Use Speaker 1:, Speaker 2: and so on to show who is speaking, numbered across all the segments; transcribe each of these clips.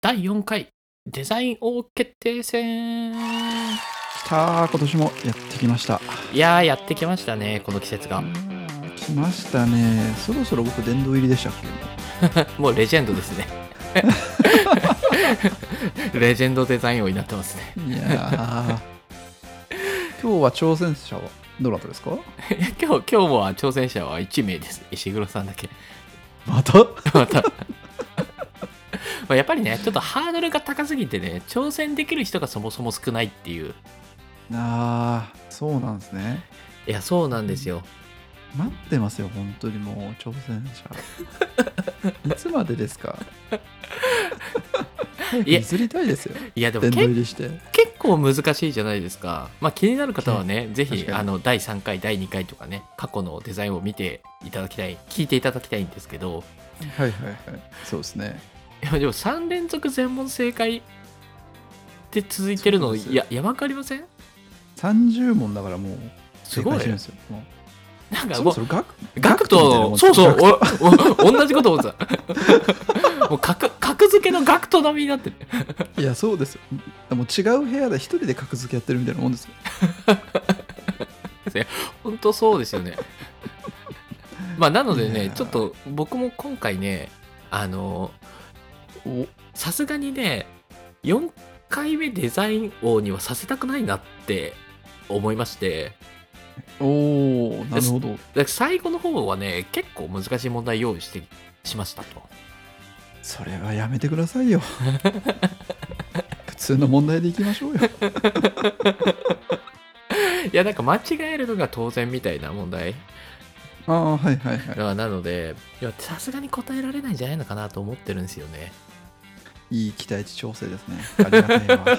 Speaker 1: 第4回デザイン王決定戦
Speaker 2: きたー今年もやってきました
Speaker 1: いやーやってきましたねこの季節が
Speaker 2: 来ましたねそろそろ僕殿堂入りでしたっけ
Speaker 1: もうレジェンドですねレジェンドデザイン王になってますね
Speaker 2: いやー 今日は挑戦者はどなたですか
Speaker 1: いや今日今日も挑戦者は1名です石黒さんだけ
Speaker 2: また
Speaker 1: またまあやっぱりねちょっとハードルが高すぎてね挑戦できる人がそもそも少ないっていう
Speaker 2: あーそうなんですね
Speaker 1: いやそうなんですよ
Speaker 2: 待ってますよ本当にもう挑戦 者いつまでですか早く
Speaker 1: いや
Speaker 2: 譲りたいですよ
Speaker 1: いやでも
Speaker 2: 殿堂
Speaker 1: 結
Speaker 2: 入りして
Speaker 1: 結構難しいじゃないですか、まあ、気になる方はね、ぜひ
Speaker 2: 確かに
Speaker 1: あの第3回第2回とかね過去のデザインを見ていただきたい聞いていただきたいんですけど
Speaker 2: はいはいはいそうですね
Speaker 1: いやでも3連続全問正解って続いてる
Speaker 2: そう
Speaker 1: の
Speaker 2: ですよ
Speaker 1: いややばくありません
Speaker 2: 30問だからもう
Speaker 1: すごい
Speaker 2: 正解してるんですよも
Speaker 1: なん
Speaker 2: う
Speaker 1: か
Speaker 2: そ
Speaker 1: も
Speaker 2: ろ
Speaker 1: う
Speaker 2: そろガク
Speaker 1: ガク
Speaker 2: みたいなも
Speaker 1: ト
Speaker 2: ん
Speaker 1: そうそう
Speaker 2: ガク
Speaker 1: おお同じこと思ってた もう格格付けのガクト並みになってる
Speaker 2: いやそうですよもう違う部屋で一人で格付けやってるみたいなもんですよ
Speaker 1: 本当そうです よね。まあなのでね
Speaker 2: いやー
Speaker 1: ちょっと僕も今回ねあのおさすがにね4回目デザイン王にはさせたくないなって思いまして
Speaker 2: おおなるほど
Speaker 1: で最後の方はね結構難しい問題用意してしましたと。
Speaker 2: それはやめてください よ普通の問題でいきましょうよ
Speaker 1: いやなんか間違えるのが当然みたいな問題
Speaker 2: ああはいはいは
Speaker 1: なのでいやさすがに答えられないんじゃないのかなと思ってるんですよね。
Speaker 2: いいい期待値調整ですねありがたい わ間違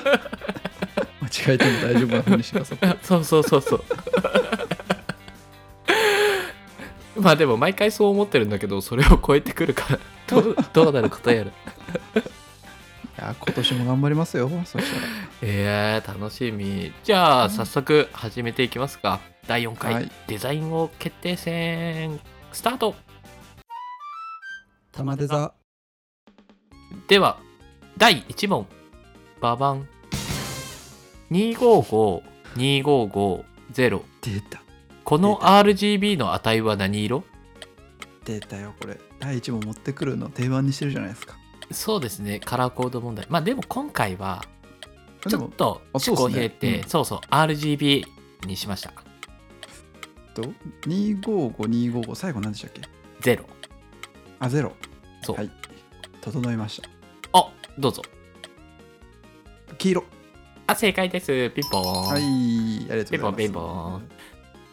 Speaker 2: えても大丈夫なふうにしてください
Speaker 1: そうそうそう そう。まあでも毎回そう思ってるんだけどそれを超えてくるからどうどうなることやる。
Speaker 2: いや今年も頑張りますよそしたら
Speaker 1: えー、楽しみ。じゃあ早速始めていきますか。第4回、
Speaker 2: はい
Speaker 1: デザイン王決定戦スタート
Speaker 2: 玉手座
Speaker 1: では第1問ババン2552550
Speaker 2: 出た
Speaker 1: この RGB の値は何色
Speaker 2: 出たよこれ第一問持ってくるの定番にしてるじゃないですか
Speaker 1: そうですねカラーコード問題まあでも今回はち
Speaker 2: で
Speaker 1: ょっ
Speaker 2: も
Speaker 1: と
Speaker 2: あ
Speaker 1: 思
Speaker 2: そうっす
Speaker 1: 考平
Speaker 2: ね
Speaker 1: って、
Speaker 2: うん
Speaker 1: そうそう RGB にしました
Speaker 2: と255255最後何でしたっけ
Speaker 1: ゼロ
Speaker 2: あゼロ
Speaker 1: そう、
Speaker 2: はい整いました
Speaker 1: あどうぞ
Speaker 2: 黄色
Speaker 1: あ正解ですピンポーン、
Speaker 2: はい、ありがとうございます。
Speaker 1: ピンポン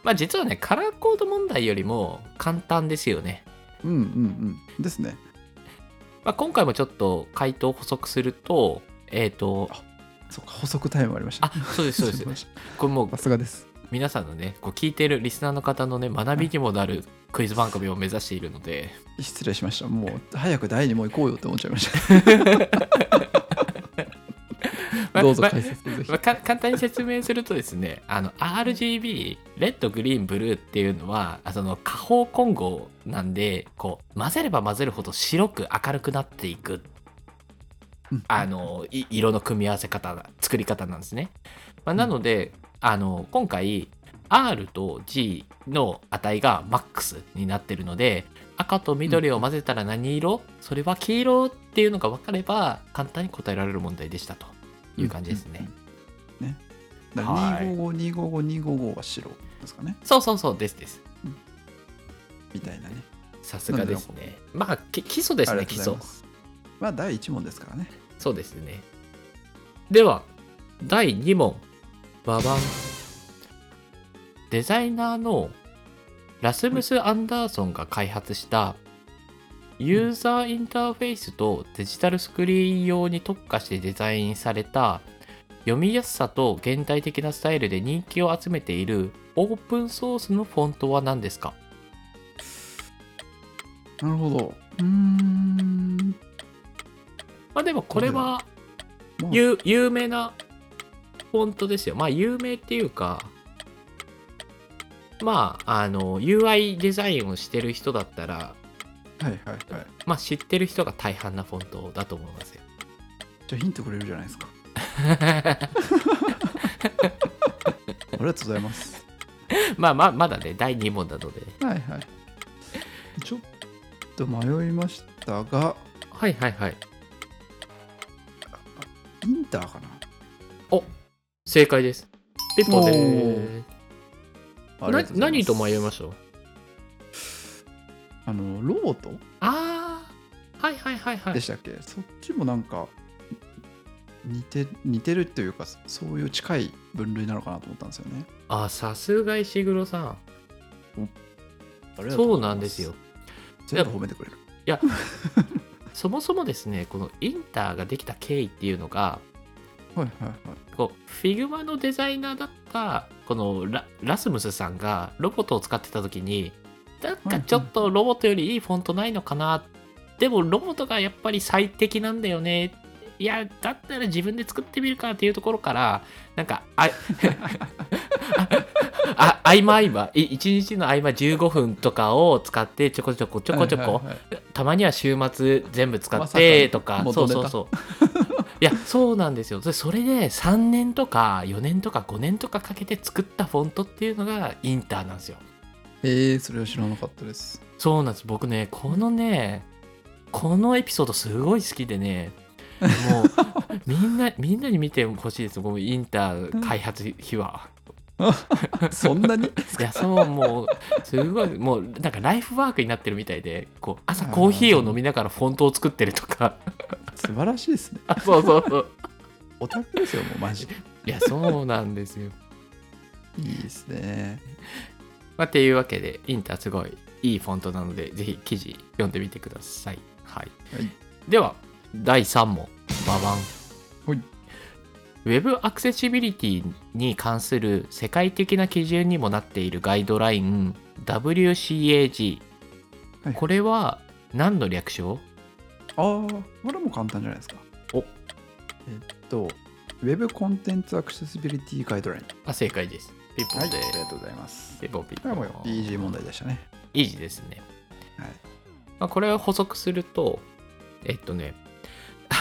Speaker 1: まあ実はねカラーコード問題よりも簡単ですよね、
Speaker 2: うんうんうん。ですね。
Speaker 1: まあ、今回もちょっと回答を補足するとえっ、と
Speaker 2: そっか、補足タイムありました。
Speaker 1: あそうです そうです
Speaker 2: 失礼しまし
Speaker 1: これもう
Speaker 2: たさすがです。
Speaker 1: 皆さんのねこう聞いてるリスナーの方のね学びにもなるクイズ番組を目指しているので
Speaker 2: 失礼しました。もう、早く第二問行こうよって思っちゃいました。どう ぞ
Speaker 1: まあ
Speaker 2: 解説ぜひ
Speaker 1: まあ。か簡単に説明するとですねあの RGB レッドグリーンブルーっていうのはあその下方混合なんでこう混ぜれば混ぜるほど白く明るくなっていく
Speaker 2: うん
Speaker 1: あのい色の組み合わせ方作り方なんですね、まあ、なのであの今回 R と G の値がマックスになってるので赤と緑を混ぜたら何色それは黄色っていうのが分かれば簡単に答えられる問題でしたという感じですね。
Speaker 2: うんうんうん。ね。だか
Speaker 1: は
Speaker 2: ら
Speaker 1: い
Speaker 2: 255、255、255が白ですかね。
Speaker 1: そうそうそうですです。
Speaker 2: みたいなね。
Speaker 1: さすがですね。まあき基礎です
Speaker 2: あり
Speaker 1: ね
Speaker 2: がと
Speaker 1: 基
Speaker 2: う
Speaker 1: 礎
Speaker 2: ございま。す。まあ、第一問ですからね。
Speaker 1: そうですね。では第2問ババンデザイナーのラスムス・アンダーソンが開発したユーザーインターフェースとデジタルスクリーン用に特化してデザインされた読みやすさと現代的なスタイルで人気を集めているオープンソースのフォントは何ですか
Speaker 2: なるほど。うーん。
Speaker 1: まあでもこれは
Speaker 2: まあ
Speaker 1: 有有名なフォントですよ。まあ有名っていうか、まああの UI デザインをしてる人だったら、
Speaker 2: はいはいはい。
Speaker 1: まあ知ってる人が大半なフォントだと思いますよ。
Speaker 2: ちゃヒントくれるじゃないですかありがとうございます
Speaker 1: まあまあまだね第2問なので
Speaker 2: はいはいちょっと迷いましたが
Speaker 1: はいはいはい
Speaker 2: インターかな
Speaker 1: 正解ですピッポでーす
Speaker 2: あ
Speaker 1: な
Speaker 2: りがとうございます
Speaker 1: 何と迷いました
Speaker 2: あのロボット
Speaker 1: ああはいはいはいは
Speaker 2: で
Speaker 1: い
Speaker 2: したっけ、そっちもなんか似て似てるというかそういう近い分類なのかなと思ったんですよね
Speaker 1: あさすが石黒さん
Speaker 2: そ
Speaker 1: そうう
Speaker 2: な
Speaker 1: なんん
Speaker 2: で
Speaker 1: ですす
Speaker 2: よ
Speaker 1: よ
Speaker 2: 全部褒めてくれる
Speaker 1: そもそもですねこのインターができた経緯っていうのが
Speaker 2: はいはいはい
Speaker 1: こうフィグマのデザイナーだったこのララスムスさんがロボットを使ってた時になんかちょっとロボットよりいいフォントないのかなでもロボットがやっぱり最適なんだよねいやだったら自分で作ってみるかっていうところからなんかああ合間合間い一日の合間15分とかを使ってちょこちょこちょこちょこ、
Speaker 2: はいはいはい
Speaker 1: たまには週末全部使
Speaker 2: ま
Speaker 1: っ
Speaker 2: さかの
Speaker 1: てとか、
Speaker 2: 元
Speaker 1: そうそ
Speaker 2: ネタ
Speaker 1: うそういやそうなんですよそれそれで3年とか4年とか5年とかかけて作ったフォントっていうのがインターなんですよ
Speaker 2: えー、それは知らなかったです
Speaker 1: そうなんです僕ねこのねこのエピソードすごい好きでねもう みんなみんなに見てほしいですこのインター開発秘話
Speaker 2: そんな に
Speaker 1: いやそうもうすごいもうなんかライフワークになってるみたいでこう朝コーヒーを飲みながらフォントを作ってると か
Speaker 2: 素晴らしいですね
Speaker 1: あそうそうそう
Speaker 2: オタクですよもうマジで
Speaker 1: いやそうなんですよ
Speaker 2: いいですね
Speaker 1: まあ、っていうわけで、インターすごいいいフォントなので、ぜひ記事読んでみてください。はい。
Speaker 2: はい
Speaker 1: では、第3問、ババン。
Speaker 2: はい
Speaker 1: ウェブアクセシビリティに関する世界的な基準にもなっているガイドライン WCAG、
Speaker 2: はい
Speaker 1: これは何の略称
Speaker 2: あーこれも簡単じゃないですか
Speaker 1: お
Speaker 2: えっとウェブコンテンツアクセシビリティガイドライン
Speaker 1: あ正解です。ピポ
Speaker 2: はい
Speaker 1: で、
Speaker 2: ありがとうございます
Speaker 1: ピポピ
Speaker 2: こ
Speaker 1: ポ。
Speaker 2: れはもうイージー問題でしたね
Speaker 1: イージーですね。
Speaker 2: はい
Speaker 1: まあ、これを補足すると、えっとね、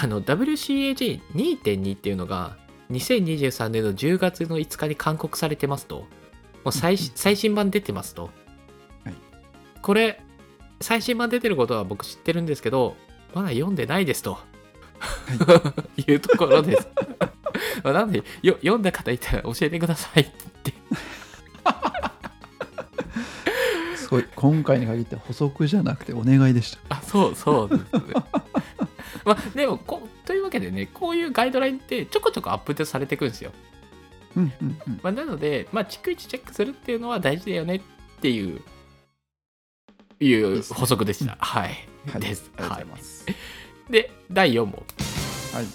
Speaker 1: あの WCAG2.2 っていうのが2023年の10月の5日に勧告されてますと、もう最新最新版出てますと、
Speaker 2: はい
Speaker 1: これ、最新版出てることは僕知ってるんですけど、まだ読んでないですと、 い、うところです。まあなんでよ、読んだ方いたら教えてくださいって。
Speaker 2: すごい今回に限って補足じゃなくてお願いでした
Speaker 1: あそうそうですね まあでもこというわけでねこういうガイドラインってちょこちょこアップデートされていくんですよ、
Speaker 2: うんうんうん
Speaker 1: まあ、なので、まあ、逐一チェックするっていうのは大事だよねっていうい
Speaker 2: いうですね
Speaker 1: 補足でしたはい、
Speaker 2: はい
Speaker 1: ですは
Speaker 2: ありがとうござい
Speaker 1: い
Speaker 2: ます、
Speaker 1: で第4問
Speaker 2: はい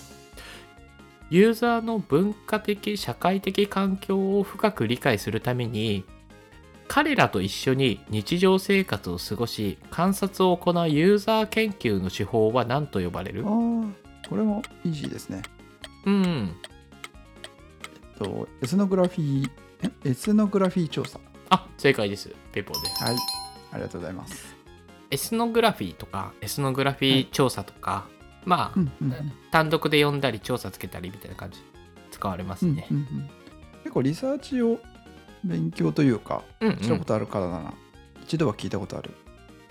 Speaker 1: ユーザーの文化的社会的環境を深く理解するために彼らと一緒に日常生活を過ごし観察を行うユーザー研究の手法は何と呼ばれる
Speaker 2: ああこれもイージーですね
Speaker 1: うん
Speaker 2: えっとエスノグラフィーえエスノグラフィー調査
Speaker 1: あ正解ですペポです
Speaker 2: はいありがとうございます
Speaker 1: エスノグラフィーとかエスノグラフィー調査とか、まあ、
Speaker 2: うんうんうん
Speaker 1: 単独で読んだり調査つけたりみたいな感じ使われますね、
Speaker 2: うんうんうん結構リサーチを勉強というか
Speaker 1: うんうん
Speaker 2: したことあるからだな、一度は聞いたことある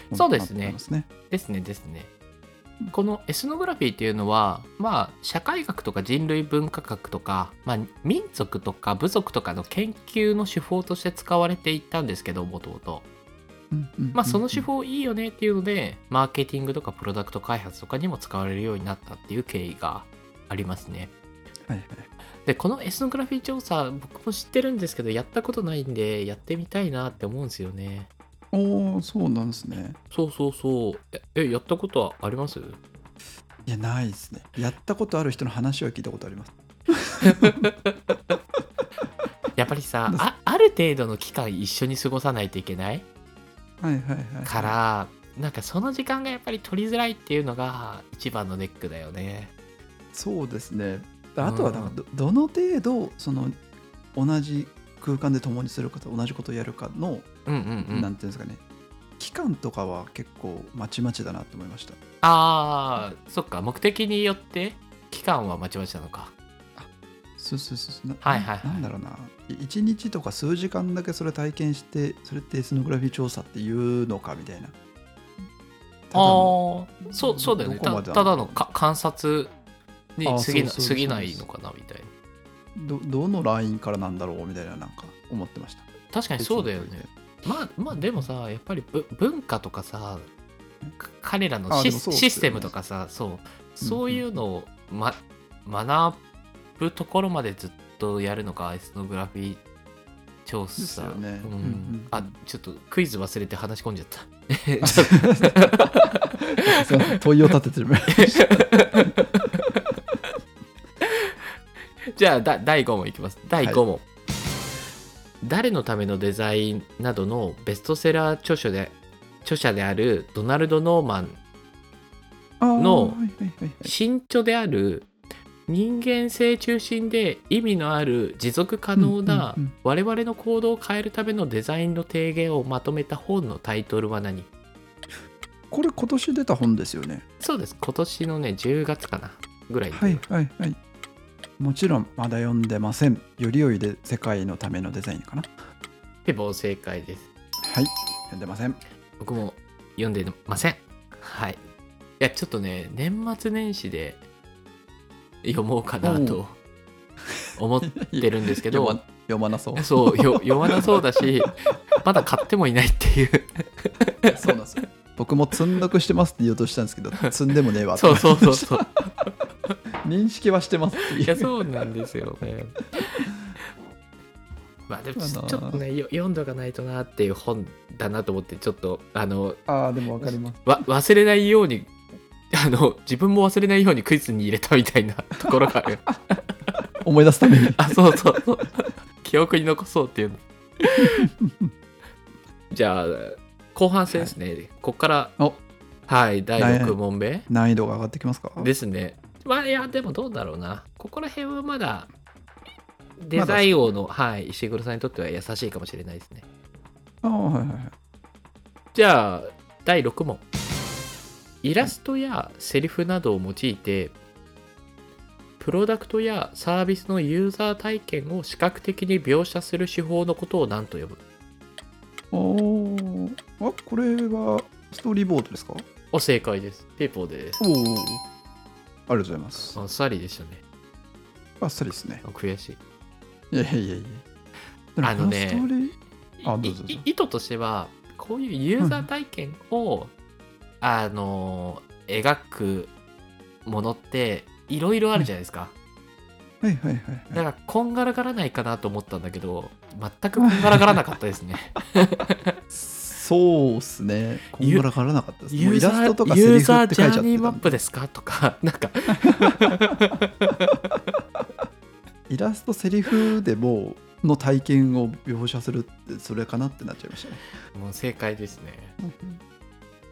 Speaker 2: もの
Speaker 1: そうですね
Speaker 2: かなと思いますね
Speaker 1: ですねですねこのエスノグラフィーっていうのはまあ社会学とか人類文化学とか、まあ、民族とか部族とかの研究の手法として使われていたんですけどもともと
Speaker 2: うんうんうん
Speaker 1: まあその手法いいよねっていうのでマーケティングとかプロダクト開発とかにも使われるようになったっていう経緯がありますね
Speaker 2: はいはい
Speaker 1: でこのエスノグラフィー調査僕も知ってるんですけどやったことないんでやってみたいなって思うんですよね
Speaker 2: おおそうなんですね
Speaker 1: そうそうそうええやったことはあります
Speaker 2: いやないですねやったことある人の話は聞いたことあります
Speaker 1: やっぱりさあある程度の期間一緒に過ごさないといけない
Speaker 2: はいはいはい
Speaker 1: からなんかその時間がやっぱり取りづらいっていうのが一番のネックだよね
Speaker 2: そうですねあとはなんかどどの程度その同じ空間で共にするかと同じことをやるかの、
Speaker 1: うんうんう
Speaker 2: なんんていうんですかね期間とかは結構まちまちだなと思いました
Speaker 1: あーそっか目的によって期間はまちまちなのか。
Speaker 2: そうそうそうそうな
Speaker 1: はいはいはい
Speaker 2: なんだろうない一日とか数時間だけそれ体験してそれってエスノグラフィー調査っていうのかみたい
Speaker 1: あ
Speaker 2: なた
Speaker 1: あ
Speaker 2: だの
Speaker 1: ー、そうそうだよね。
Speaker 2: どこ
Speaker 1: た
Speaker 2: まである
Speaker 1: ただのか観察に
Speaker 2: あー
Speaker 1: 過ぎな
Speaker 2: そうそうそう
Speaker 1: 過ぎないのかなみたいな。
Speaker 2: どどのラインからなんだろうみたいななんか思ってました
Speaker 1: 確かにそうだよ ね。まあまあでもさやっぱりぶ文化とかさか彼らの
Speaker 2: あ
Speaker 1: シ
Speaker 2: でも
Speaker 1: ス,、
Speaker 2: そうですよ
Speaker 1: シ
Speaker 2: ね
Speaker 1: ステムとかさそうそういうのを、ま、学ぶところまでずっとやるのかエスノグラフィー調
Speaker 2: です
Speaker 1: 査、
Speaker 2: よね
Speaker 1: うん
Speaker 2: うんうん
Speaker 1: あちょっとクイズ忘れて話し込んじゃった え
Speaker 2: あすいません問いを立て てる
Speaker 1: じゃあだ第5問いきます第5問、誰のためのデザインなどのベストセラー著書で著者であるドナルド・ノーマンの
Speaker 2: あーはいはいはいはい
Speaker 1: 新著である人間性中心で意味のある持続可能な
Speaker 2: うんうんうん
Speaker 1: 我々の行動を変えるためのデザインの提言をまとめた本のタイトルは何
Speaker 2: これ今年出た本ですよね
Speaker 1: そうです今年のね10月かなぐらいに、
Speaker 2: はいはいはいもちろんまだ読んでませんより良いで世界のためのデザインかな
Speaker 1: ピボー正解です
Speaker 2: はい読んで ません
Speaker 1: 僕も読んでませんはいいやちょっとね年末年始で読もうかなと思ってるんですけど
Speaker 2: 読ま読まな そう
Speaker 1: そうよ読まなそうだしまだ買ってもいないっていう
Speaker 2: そうなんですよ。僕も積んどくしてますって言おうとしたんですけど、積んでもねえわって
Speaker 1: そうそうそうそう
Speaker 2: 認識はしてますっていう
Speaker 1: いやそうなんですよね。 まあでもちょ
Speaker 2: あのー
Speaker 1: ちょっとねよ読んどかないとなっていう本だなと思ってちょっとあの
Speaker 2: ああ、でもわかります。
Speaker 1: わ忘れないようにあの自分も忘れないようにクイズに入れたみたいな ところがある
Speaker 2: 思い出すために。
Speaker 1: あそうそうそう 記憶に残そうって いうのじゃあ後半戦ですね、こっから
Speaker 2: お
Speaker 1: はい第6問目
Speaker 2: 難易度が上がってきますか
Speaker 1: ですね。まあいやでもどうだろうな。ここら辺はまだデザイン王の、はい、石黒さんにとっては優しいかもしれないですね。
Speaker 2: ああ、はいはいはい。
Speaker 1: じゃあ第6問。イラストやセリフなどを用いてプロダクトやサービスのユーザー体験を視覚的に描写する手法のことを何と呼ぶ
Speaker 2: おーあ、これはストーリーボードですか
Speaker 1: お正解です。ペーポーです。
Speaker 2: おお。ありがとうございます。
Speaker 1: あっさりでしたね。
Speaker 2: あっさりですね。
Speaker 1: 悔しい。
Speaker 2: いやいやいやいや。でも
Speaker 1: あのね
Speaker 2: こストーリーあどうぞどうぞ
Speaker 1: いい意図としてはこういうユーザー体験を、あの描くものっていろいろあるじゃないですか、
Speaker 2: はいはいはいはい。
Speaker 1: だからこんがらがらないかなと思ったんだけど全くこんがらがらなかったです ね
Speaker 2: そうっすね。こんがらがらなかったです。も
Speaker 1: ユ
Speaker 2: う
Speaker 1: ー
Speaker 2: イ
Speaker 1: ザ
Speaker 2: ラストと
Speaker 1: ー
Speaker 2: かセ
Speaker 1: ユ
Speaker 2: リ
Speaker 1: ー
Speaker 2: フ
Speaker 1: ザー
Speaker 2: って
Speaker 1: ジ
Speaker 2: 書い
Speaker 1: ャ
Speaker 2: ち
Speaker 1: ー
Speaker 2: ゃって
Speaker 1: ニー
Speaker 2: た
Speaker 1: マ
Speaker 2: ん
Speaker 1: ッ
Speaker 2: で
Speaker 1: プですかとか なんか
Speaker 2: イラストセリフでもの体験を描写するってそれかなってなっちゃいましたね。
Speaker 1: もう正解ですね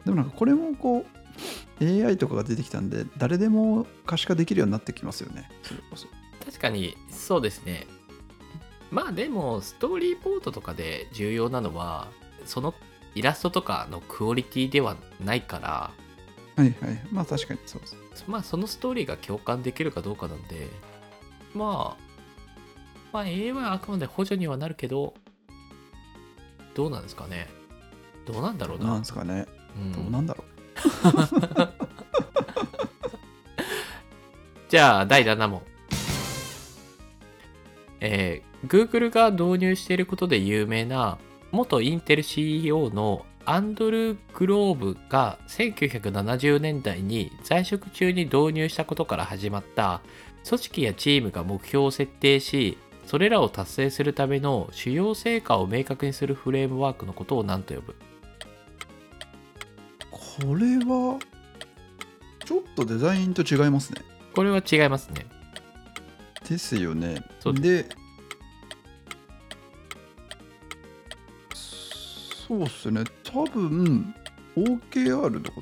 Speaker 2: でもなんかこれもこう AI とかが出てきたんで誰でも可視化できるようになってきますよね。それこそ
Speaker 1: 確かにそうですねまあでもストーリーボードとかで重要なのはそのイラストとかのクオリティではないから
Speaker 2: はいはい。まあ確かにそうです。
Speaker 1: まあそのストーリーが共感できるかどうかなんでまあまあ AI はあくまで補助にはなるけどどうなんですかねどうなんだろうな
Speaker 2: なんですかね。
Speaker 1: うん
Speaker 2: どうなんだろ
Speaker 1: じゃあ第7問えー Google が導入していることで有名な元インテル CEO のアンドルー・グローブが1970年代に在職中に導入したことから始まった組織やチームが目標を設定しそれらを達成するための主要成果を明確にするフレームワークのことを何と呼ぶ
Speaker 2: う。これはちょっとデザインと違いますね。
Speaker 1: これは違いますね。
Speaker 2: ですよね。
Speaker 1: そう
Speaker 2: でそうっすね。多分 OKR ってこ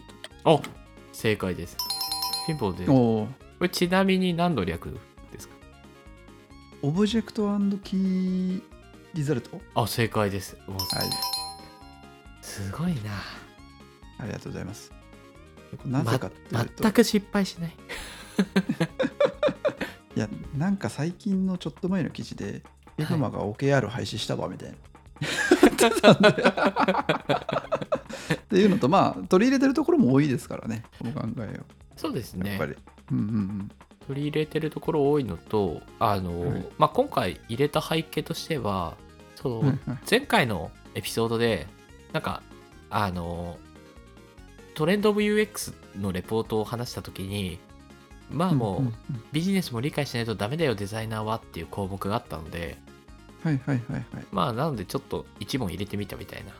Speaker 1: お正解です。ピンポンです。
Speaker 2: と。
Speaker 1: こ
Speaker 2: おー
Speaker 1: れちなみに何の略ですか
Speaker 2: オブジェクトキーリザルト
Speaker 1: あ正解ですもう
Speaker 2: はい。
Speaker 1: すごいな
Speaker 2: ありがとうございます。なぜかっていうと、
Speaker 1: 全く失敗しない
Speaker 2: いやなんか最近のちょっと前の記事でエグマが OKR 廃止したわみたいな。っていうのとまあ取り入れてるところも多いですからねこの考え
Speaker 1: そうです
Speaker 2: をやっ
Speaker 1: ね
Speaker 2: ぱり。うんうんうん
Speaker 1: 取り入れてるところ多いのとあの、
Speaker 2: はい
Speaker 1: まあ、今回入れた背景としてはそう、
Speaker 2: はいはい
Speaker 1: 前回のエピソードでなんかあのトレンド・オブ・ UX のレポートを話した時にまあもう、
Speaker 2: んんん
Speaker 1: ビジネスも理解しないとダメだよデザイナーはっていう項目があったので
Speaker 2: はいはいはいはい。
Speaker 1: まあなのでちょっと一問入れてみたみたいな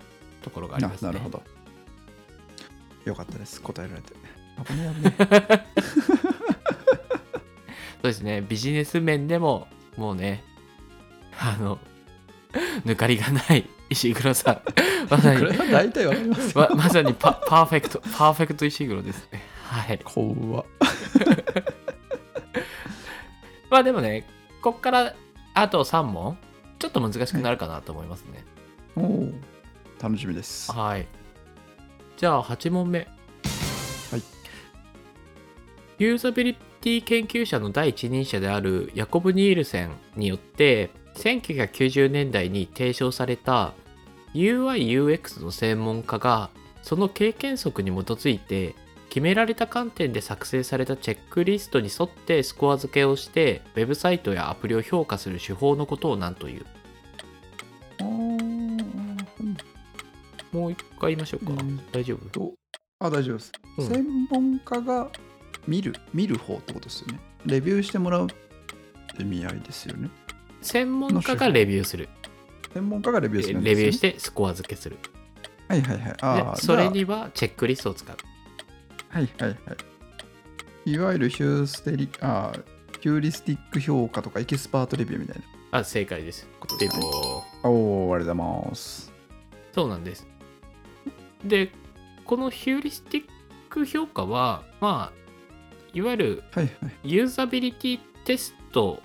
Speaker 1: ところがありますね
Speaker 2: なるほど。よかったです答えられて。危ねえ危ね
Speaker 1: そうですねビジネス面でももうねあの抜かりがない 石黒さ んまさ
Speaker 2: え。
Speaker 1: に
Speaker 2: これは大体わかります
Speaker 1: ま
Speaker 2: よ。
Speaker 1: まさにパパーフェクトパーフェクト石黒ですねはい
Speaker 2: 怖っ
Speaker 1: まあでもねこっからあと3問ちょっと難しくなるかなと思いますね
Speaker 2: おお楽しみです。
Speaker 1: はいじゃあ8問目
Speaker 2: はい
Speaker 1: ユーザビリティ研究者の第一人者であるヤコブ・ニールセンによって1990年代に提唱された UIUX の専門家がその経験則に基づいて決められた観点で作成されたチェックリストに沿ってスコア付けをしてウェブサイトやアプリを評価する手法のことを何という
Speaker 2: おーうん
Speaker 1: もう一回言いましょうか、
Speaker 2: うん
Speaker 1: 大丈
Speaker 2: とあ大丈夫です。
Speaker 1: 夫、うん
Speaker 2: 専門家が見る見る方ってことですよねレビューしてもらう意味合いですよね
Speaker 1: 専門家がレビューする
Speaker 2: 専門家がレビューするんです
Speaker 1: レビュ
Speaker 2: よね
Speaker 1: ーしてスコア付けする
Speaker 2: はいはいはいああ
Speaker 1: でそれにはチェックリストを使う
Speaker 2: はいはいはいいわゆるヒューステリあーヒューリスティック評価とかエキスパートレビューみたいな
Speaker 1: あ正解です
Speaker 2: こと
Speaker 1: で
Speaker 2: ですね
Speaker 1: も
Speaker 2: おおありがとうございます
Speaker 1: そうなんですでこのヒューリスティック評価はまあいわゆる
Speaker 2: はいはい
Speaker 1: ユーザビリティテスト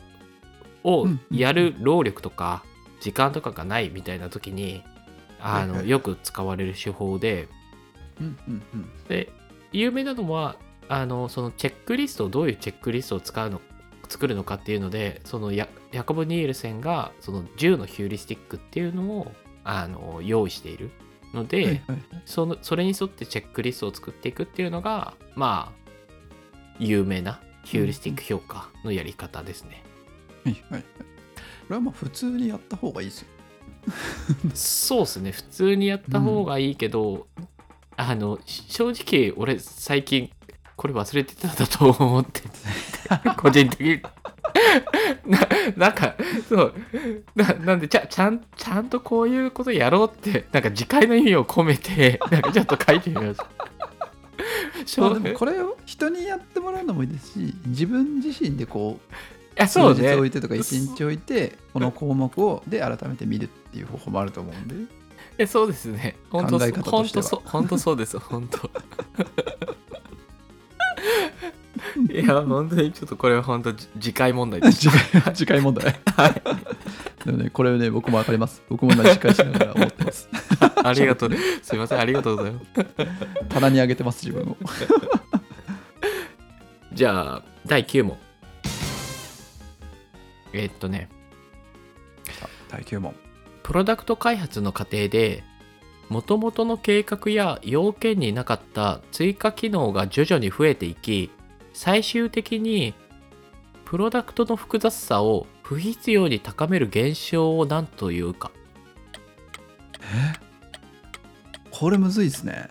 Speaker 1: を
Speaker 2: うん
Speaker 1: やる労力とか時間とかがないみたいな時にあ
Speaker 2: はい
Speaker 1: の
Speaker 2: はい
Speaker 1: よく使われる手法で
Speaker 2: うんうんうん
Speaker 1: で有名なのはあのそのチェックリストをどういうチェックリストを使うの作るのかっていうのでそのヤヤコブ・ニールセンがその10のヒューリスティックっていうのをあの用意しているので、
Speaker 2: はいはい
Speaker 1: そのそれに沿ってチェックリストを作っていくっていうのがまあ有名なヒューリスティック評価のやり方ですね。
Speaker 2: はいはいはいこれはまあ普通にやった方がいいですよ
Speaker 1: そうですね普通にやった方がいいけど、あのし正直俺最近これ忘れてたんだと思って て個人的にななんかそうななんでちゃちゃんちゃんとこういうことやろうってなんか次回の意味を込めてなんかちょっと書いてみましたし
Speaker 2: ま
Speaker 1: ょ
Speaker 2: あでもこれを人にやってもらうのもいいですし自分自身でこう
Speaker 1: あ
Speaker 2: 数
Speaker 1: そう
Speaker 2: 日
Speaker 1: ね
Speaker 2: 置いてとか1日置いてこの項目をで改めて見るっていう方法もあると 思うんで
Speaker 1: えそうですね本当
Speaker 2: 考
Speaker 1: そ
Speaker 2: え
Speaker 1: う
Speaker 2: 方と
Speaker 1: 本
Speaker 2: して
Speaker 1: 当
Speaker 2: は
Speaker 1: そう本当そうです本当 いや本当にちょっとこれは本当じ次回問題 です
Speaker 2: 次回次回問題
Speaker 1: はい
Speaker 2: でもねこれね僕も分かります僕も同じ返しながら思ってます
Speaker 1: ありがとうすいませんありがとうございます
Speaker 2: 棚に上げてます自分を
Speaker 1: じゃあ第9問えっとね
Speaker 2: 第9問
Speaker 1: プロダクト開発の過程で元々の計画や要件になかった追加機能が徐々に増えていき最終的にプロダクトの複雑さを不必要に高める現象を何というか
Speaker 2: これむずいですね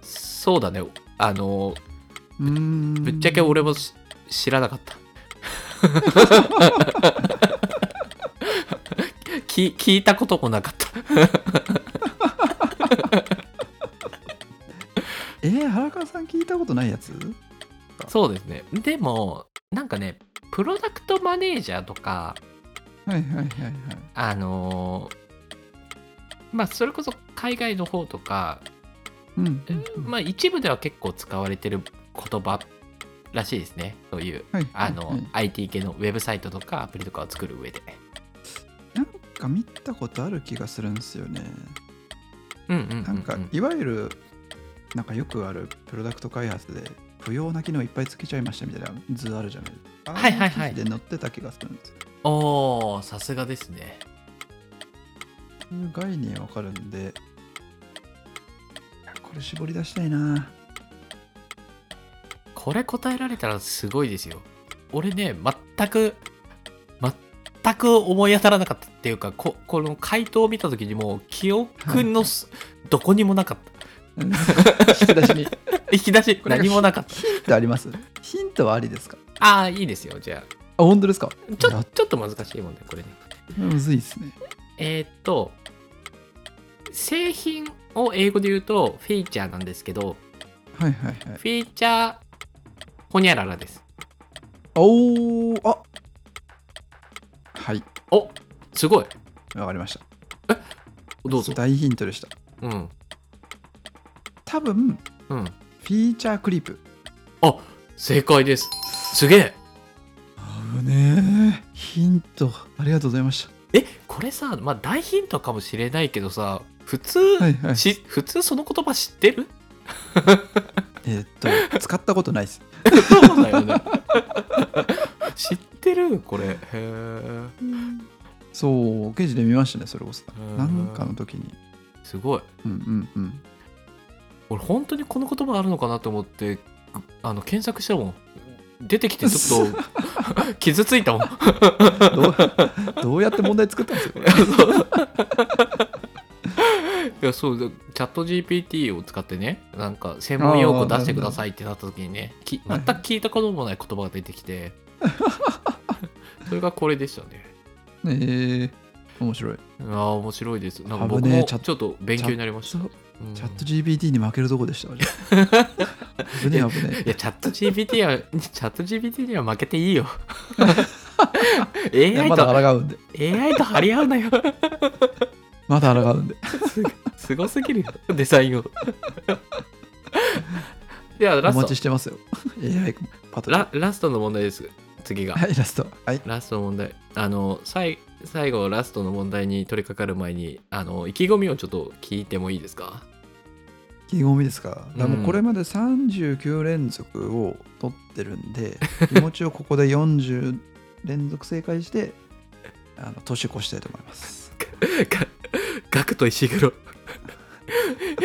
Speaker 1: そうだねあの
Speaker 2: うーん
Speaker 1: ぶっちゃけ俺もし知らなかった き聞いたこともなかった
Speaker 2: えー、原川さん聞いたことないやつ
Speaker 1: そうですね。でも、なんかね、プロダクトマネージャーとか、
Speaker 2: はいはいはいはい
Speaker 1: あのーまあ、それこそ海外の方とか、
Speaker 2: うんうんうん
Speaker 1: まあ、一部では結構使われてる言葉らしいですね。そういう、
Speaker 2: はい
Speaker 1: あ
Speaker 2: はい
Speaker 1: の、
Speaker 2: はい
Speaker 1: IT 系のウェブサイトとかアプリとかを作る上で。
Speaker 2: なんか見たことある気がするんですよね
Speaker 1: うんうんうんうん、
Speaker 2: なんかいわゆるなんかよくあるプロダクト開発で不要な機能いっぱいつけちゃいましたみたいな図あるじゃないですか。
Speaker 1: はいはいはい
Speaker 2: で載ってた気がするんですよ。
Speaker 1: おー、さすがですね。
Speaker 2: そういう概念わかるんで、いやこれ絞り出したいな。
Speaker 1: これ答えられたらすごいですよ。俺ね、全く、全く思い当たらなかったっていうか、ここの回答を見た時にもう記憶のすどこにもなかった。
Speaker 2: 引き出しに。
Speaker 1: 引き出し
Speaker 2: これが
Speaker 1: 何もなかった。
Speaker 2: ヒントありますヒントはありですか
Speaker 1: ああ、いいですよ。じゃ
Speaker 2: あ、本当ですか
Speaker 1: あ、ち
Speaker 2: や
Speaker 1: ょ
Speaker 2: っ
Speaker 1: ちょっと難しいもんね、これね。
Speaker 2: むずいですね。
Speaker 1: えーっと、製品を英語で言うとフィーチャーなんですけど、
Speaker 2: はいはいはい。
Speaker 1: フィーチャーほにゃららです。
Speaker 2: おー、あはい、
Speaker 1: おすごい。
Speaker 2: わかりました。
Speaker 1: どうぞ。
Speaker 2: 大ヒントでした。
Speaker 1: うん。
Speaker 2: 多分
Speaker 1: うん。
Speaker 2: フィーチャークリープ。
Speaker 1: あ正解です。すげえ。
Speaker 2: あぶねえ。ヒント、ありがとうございまし
Speaker 1: えこれさ、まあ、大ヒントかもしれないけどさ普通、
Speaker 2: た。はいはい。
Speaker 1: し普通その言葉知ってる
Speaker 2: えーっと、使ったことないです。
Speaker 1: そうだよね 知ってるこれへえ
Speaker 2: そう、記事で見ましたね、それこそ。なんかの時に。
Speaker 1: すごい
Speaker 2: うんうんうん。
Speaker 1: 俺本当にこの言葉あるのかなと思ってあの検索したもん出てきてちょっ と傷ついたもん
Speaker 2: ど うどうやって問題作ったんですかこれ
Speaker 1: いやそうだチャット GPT を使ってねなんか専門用語出してくださいってなった時にねき全
Speaker 2: なるほど
Speaker 1: く聞いたこともない言葉が出てき てそれがこれでしたね
Speaker 2: えー、面白い。
Speaker 1: ああ面白いですなんか
Speaker 2: 危
Speaker 1: 僕
Speaker 2: ねえ
Speaker 1: も
Speaker 2: チ
Speaker 1: ち
Speaker 2: ャ
Speaker 1: ょ
Speaker 2: ッ
Speaker 1: っと勉強になりました、
Speaker 2: そ
Speaker 1: うん
Speaker 2: うチャット GPT に負けるとこでしたわ。じゃ あ危ねえ危ね
Speaker 1: いやチャット GPT はチャット GPT には 負けて いいよ AI
Speaker 2: え。ま
Speaker 1: と
Speaker 2: だ抗うんで。
Speaker 1: AI と張り合うなよ
Speaker 2: まだ抗うんで。
Speaker 1: すごすぎるよデザインをでは
Speaker 2: お
Speaker 1: ラス
Speaker 2: 待
Speaker 1: ト
Speaker 2: ちしてますよ。AI パトロン
Speaker 1: ララストの問題です次が
Speaker 2: はい、ラスト。はい。
Speaker 1: ラストの問題あの最最後ラストの問題に取り掛かる前にあの意気込みをちょっと聞いてもいいですか
Speaker 2: 意気込みですか。だからもううんこれまで39連続を取ってるん で、気持ちをここで40連続正解して、あの年越したいと思い ます。
Speaker 1: がガクと石 黒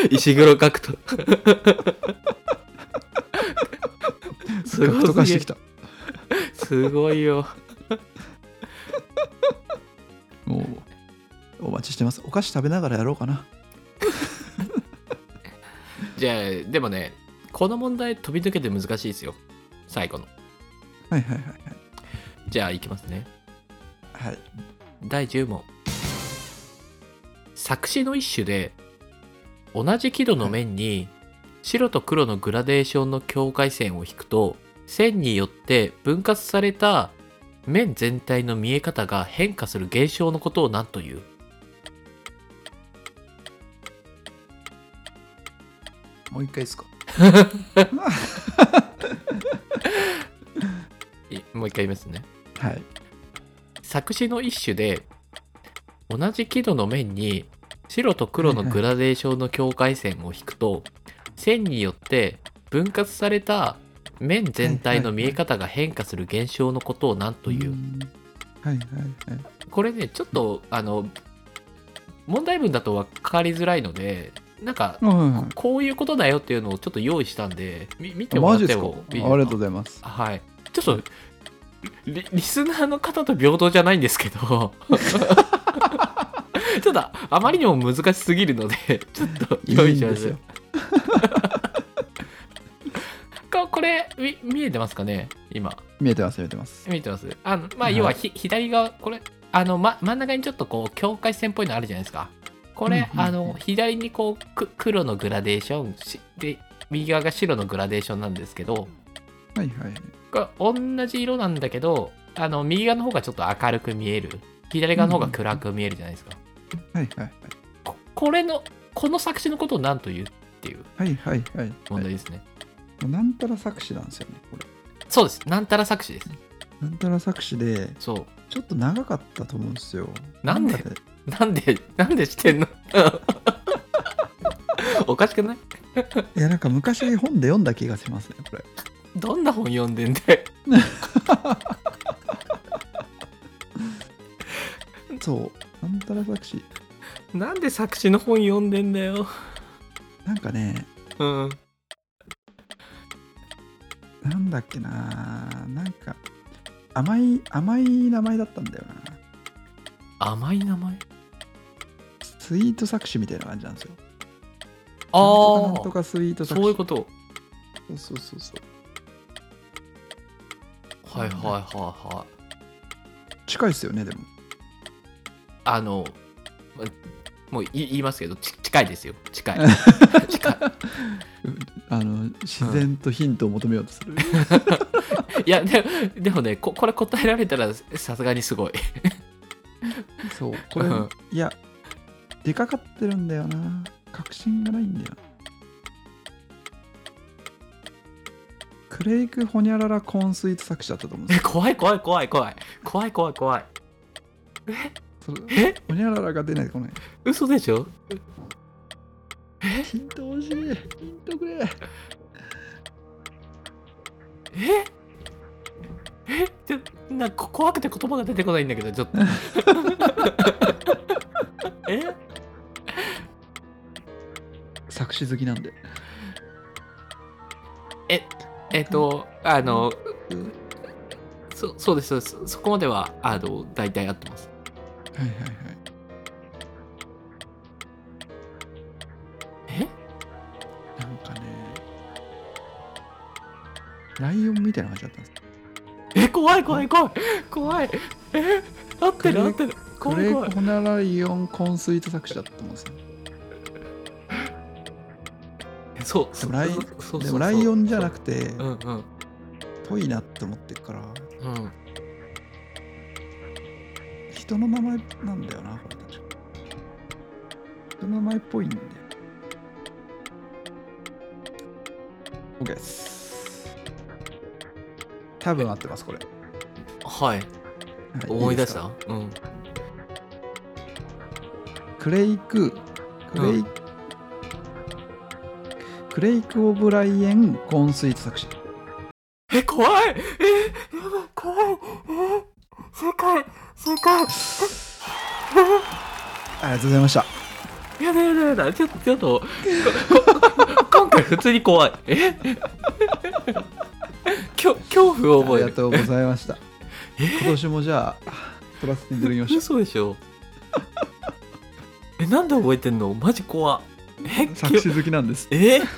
Speaker 1: 石黒ガクトす
Speaker 2: 獲得
Speaker 1: ご
Speaker 2: 化
Speaker 1: す
Speaker 2: し
Speaker 1: ぎる
Speaker 2: てきた。
Speaker 1: すごいよ
Speaker 2: もう、お待ちしてます。お菓子食べながらやろうかな。
Speaker 1: じゃあでもねこの問題飛び抜けて難しいですよ最後の
Speaker 2: はいはいはい
Speaker 1: じゃあいきますね
Speaker 2: はい。はい。
Speaker 1: 第10問作詞の一種で同じ輝度の面に白と黒のグラデーションの境界線を引くと線によって分割された面全体の見え方が変化する現象のことを何という
Speaker 2: もう一回ですか。
Speaker 1: いもう一回言いますね
Speaker 2: はい。。
Speaker 1: 作詞の一種で同じ輝度の面に白と黒のグラデーションの境界線を引くと線によって分割された面全体の見え方が変化する現象のことを何といううん
Speaker 2: はいはいはい。
Speaker 1: これねちょっとあの問題文だと分かりづらいのでなんか
Speaker 2: うんはいはい
Speaker 1: こういうことだよっていうのをちょっと用意したんでみ見てもらってもいいですか
Speaker 2: ありがとうございます。
Speaker 1: はい。ちょっとリ、リスナーの方と平等じゃないんですけど、ち ょっとあまりにも難しすぎるので、ちょっと用意しま
Speaker 2: いいんです
Speaker 1: す
Speaker 2: よ。
Speaker 1: ここれみ見えてますかね今
Speaker 2: 見えてます、見えてます。
Speaker 1: 見えてますあのま
Speaker 2: は
Speaker 1: あ
Speaker 2: い
Speaker 1: 要はひ、左側これあの、ま、真ん中にちょっとこう境界線っぽいのあるじゃないですかこれ、
Speaker 2: うんうんうん
Speaker 1: あの左にこうく黒のグラデーションしで右側が白のグラデーションなんですけど、
Speaker 2: はいはいはい。
Speaker 1: が同じ色なんだけどあの右側の方がちょっと明るく見える左側の方が暗く見えるじゃないですか、
Speaker 2: はいはい
Speaker 1: ここれのこの作詞のことを何と言うっていう
Speaker 2: はい。はいはいはい。
Speaker 1: 問題ですね、
Speaker 2: なんたら作詞なんですよね、これ。
Speaker 1: そうですなんたら作詞です
Speaker 2: なんたら作詞で、
Speaker 1: そ
Speaker 2: ちょっと長かったと思うんですよ。
Speaker 1: なんで
Speaker 2: かね
Speaker 1: うなんでなんでして んのおかしくない
Speaker 2: いや、なんか昔本で読んだ気がしますね、これ。
Speaker 1: 本読んでんで
Speaker 2: そうなんたら作詞
Speaker 1: なんで作詞の本読んでんだよ
Speaker 2: なんかね
Speaker 1: うん
Speaker 2: なんだっけななんか甘い甘い名前だったんだよな
Speaker 1: 甘い名前
Speaker 2: スイート作詞みたいな感じなんですよ
Speaker 1: あ
Speaker 2: なんとかなんと
Speaker 1: あ
Speaker 2: かスイート作詞
Speaker 1: そういうこと
Speaker 2: そうそうそうそう
Speaker 1: はいはいはいはい
Speaker 2: 近いですよねでも
Speaker 1: あの、まもうい言いますけど、ち近いですよ。近 い。近い。
Speaker 2: あの自然とヒントを求めようとする、
Speaker 1: いや、ででもねこ、これ答えられたらさすがにすごい。
Speaker 2: そうこれ
Speaker 1: うん
Speaker 2: いや出かかってるんだよな確信がないんだよクレイクホニャララコーンスイート作詞だったと思うんです
Speaker 1: え
Speaker 2: よ
Speaker 1: 怖い怖い怖い怖い。怖い怖い怖い。
Speaker 2: それ
Speaker 1: え
Speaker 2: ホニャララが出ないこの辺
Speaker 1: 嘘でしょ
Speaker 2: ヒント欲しいヒントくれ
Speaker 1: ええちょなこ怖くて言葉が出てこないんだけど、ちょっ と。え
Speaker 2: 作詞好きなんで
Speaker 1: えっと、あの、そそうですそうです。そこまでは、あの、大体合ってます。
Speaker 2: はいはいはい
Speaker 1: え
Speaker 2: なんかねライオンみたいな感じだったんです
Speaker 1: え怖い怖い怖い怖いえ合ってる
Speaker 2: クレ
Speaker 1: 合ってる
Speaker 2: ク
Speaker 1: 怖
Speaker 2: レ
Speaker 1: い
Speaker 2: イ
Speaker 1: 怖
Speaker 2: ク
Speaker 1: い
Speaker 2: ホニャラライオンコーンスイート作詞だったと思うんですよ
Speaker 1: そうそう
Speaker 2: ライ
Speaker 1: そうそう
Speaker 2: でもライオンじゃな
Speaker 1: て
Speaker 2: くて
Speaker 1: うんうん
Speaker 2: ぽいなって思ってるから
Speaker 1: うん
Speaker 2: 人の名前なんだよなこれ確か人の名前っぽいんだよ OK です多分合ってますこれ、
Speaker 1: はい
Speaker 2: はい
Speaker 1: 思い出し
Speaker 2: です
Speaker 1: たうん
Speaker 2: かクレイククレイ、
Speaker 1: うん
Speaker 2: クレイク・オブ・ライエン・コーンスイート作詞
Speaker 1: え怖いえやばい怖いえ正解正解
Speaker 2: ありがとうございました
Speaker 1: やだやだやだちょっとちょっとこ こ今回普通に怖いえ きょ恐怖を
Speaker 2: あ
Speaker 1: 覚
Speaker 2: り
Speaker 1: え
Speaker 2: が
Speaker 1: る
Speaker 2: とうございま した。今年もじゃあ、取らせていただきました。
Speaker 1: 嘘でしょえなんで覚えてんのマジ怖え
Speaker 2: 作詞好きなんです。
Speaker 1: え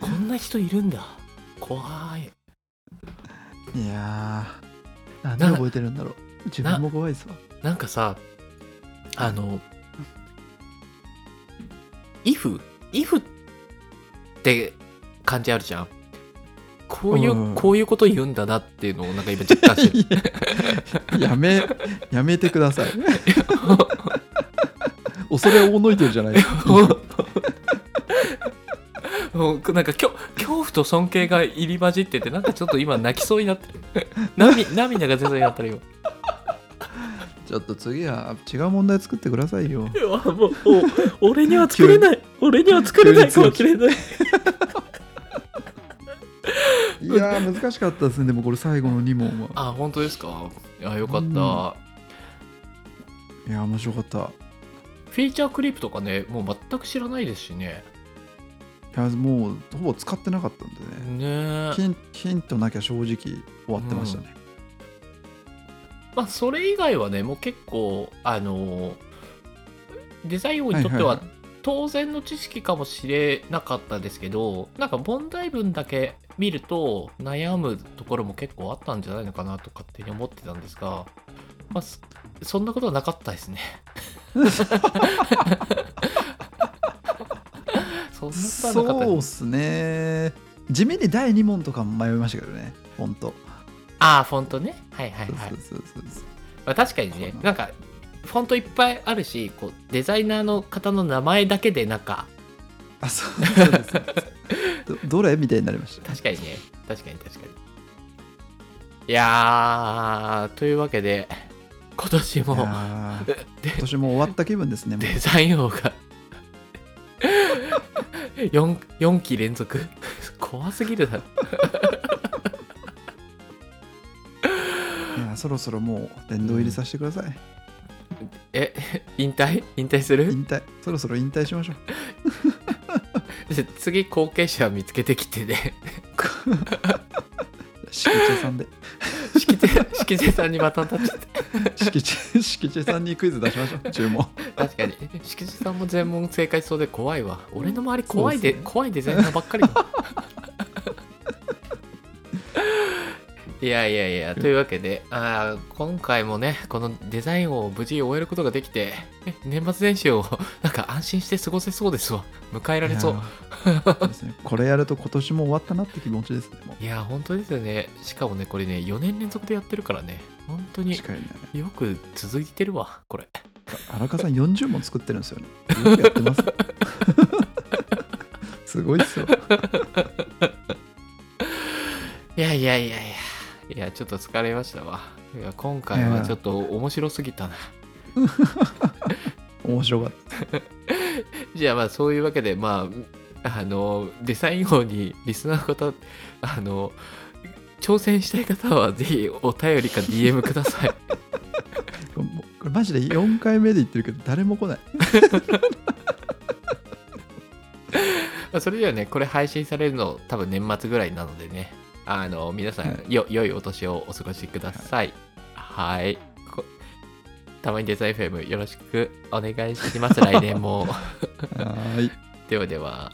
Speaker 1: こんな人いるんだ怖い
Speaker 2: いやー、なんで覚えてるんだろう。自分も怖いですわ。
Speaker 1: なんかさあの「if」「if」って感じあるじゃんこういう、
Speaker 2: うん
Speaker 1: こういうこと言うんだなっていうのをなんか今実感 してる
Speaker 2: やめ、やめてください。 恐れをおのいてるじゃないですか。
Speaker 1: もうなんかきょ恐怖と尊敬が入り混じっててなんかちょっと今泣きそうになってる涙涙が出そうになったら今
Speaker 2: ちょっと次は違う問題作ってくださ いよ。
Speaker 1: いやもうもう俺には作れない俺には作れないかもしれない
Speaker 2: いやー、難しかったですね。でもこれ最後の2問は。
Speaker 1: あ本当ですかいやよかった、
Speaker 2: うん
Speaker 1: フ
Speaker 2: いやー、面白かった。い
Speaker 1: ィーチャークリップとかねもう全く知らないですしね
Speaker 2: やもうほぼ使ってなかったんでね。
Speaker 1: ねえ
Speaker 2: ヒンヒントなきゃ正直終わってましたね。
Speaker 1: まあそれ以外はねもう結構あのデザイン王にとって
Speaker 2: は
Speaker 1: はい
Speaker 2: はい
Speaker 1: 当然の知識かもしれなかったですけどなんか問題文だけ見ると悩むところも結構あったんじゃないのかなと勝手に思ってたんですが、まあ、そそんなことはなかったですね。 そんなことはなかった
Speaker 2: そう
Speaker 1: で
Speaker 2: っ
Speaker 1: す
Speaker 2: すね地味に第2問とかも迷いましたけどねほんと
Speaker 1: ああフォントねはいはいはい
Speaker 2: そう。そうそうそう
Speaker 1: まあ、確かにねなんかフォントいっぱいあるしこうデザイナーの方の名前だけでなんか
Speaker 2: あそうそうですそうですど どれみたいになりました
Speaker 1: 確かにね確かに確かにいやーというわけで今年
Speaker 2: いや
Speaker 1: も
Speaker 2: ー 今年も終わった気分ですねもう
Speaker 1: デザイン王が 4, 4期連続怖すぎるだろ
Speaker 2: いやそろそろもう殿堂入りさせてください、
Speaker 1: え引退引退する
Speaker 2: 引退そろそろ引退しましょう
Speaker 1: 次後継者見つけてきてね
Speaker 2: 敷地さ んで
Speaker 1: 敷地敷地さんにまた立ち
Speaker 2: 敷地敷地さんにクイズ出しましょう注文
Speaker 1: 確かに敷地さんも全問正解しそうで怖いわ俺の周り怖いで、
Speaker 2: そうですね
Speaker 1: 怖いデザイナーばっかりだいやいやいやというわけであー今回もねこのデザインを無事終えることができてえ年末年始を なんか安心して過ごせそうですわ迎えられそう
Speaker 2: いやそうですねこれやると今年も終わったなって気持ちですねも
Speaker 1: いや本当ですよねしかもねこれね4年連続でやってるからね本当
Speaker 2: う
Speaker 1: に
Speaker 2: 近いね
Speaker 1: よく続いてるわこれ
Speaker 2: 荒川さん40問作ってるんですよねよくやってます すごいっすよ
Speaker 1: いやいやいやいやいやちょっと疲れましたわいや今回はちょっと面白すぎたな、
Speaker 2: 面白かっ
Speaker 1: じゃあまあそういうわけでまああのデザイン王にリスナーの方あの挑戦したい方はぜひお便りか DM くだ さい
Speaker 2: たこれもうこれマジで4回目で言ってるけど誰も来ない
Speaker 1: まあそれではねこれ配信されるの多分年末ぐらいなのでねあの皆さん、
Speaker 2: は
Speaker 1: よ良いお年をお過ごしくださいはいこたまにデ ザイン FM よろしくお願いします来年も
Speaker 2: はーい
Speaker 1: ではでは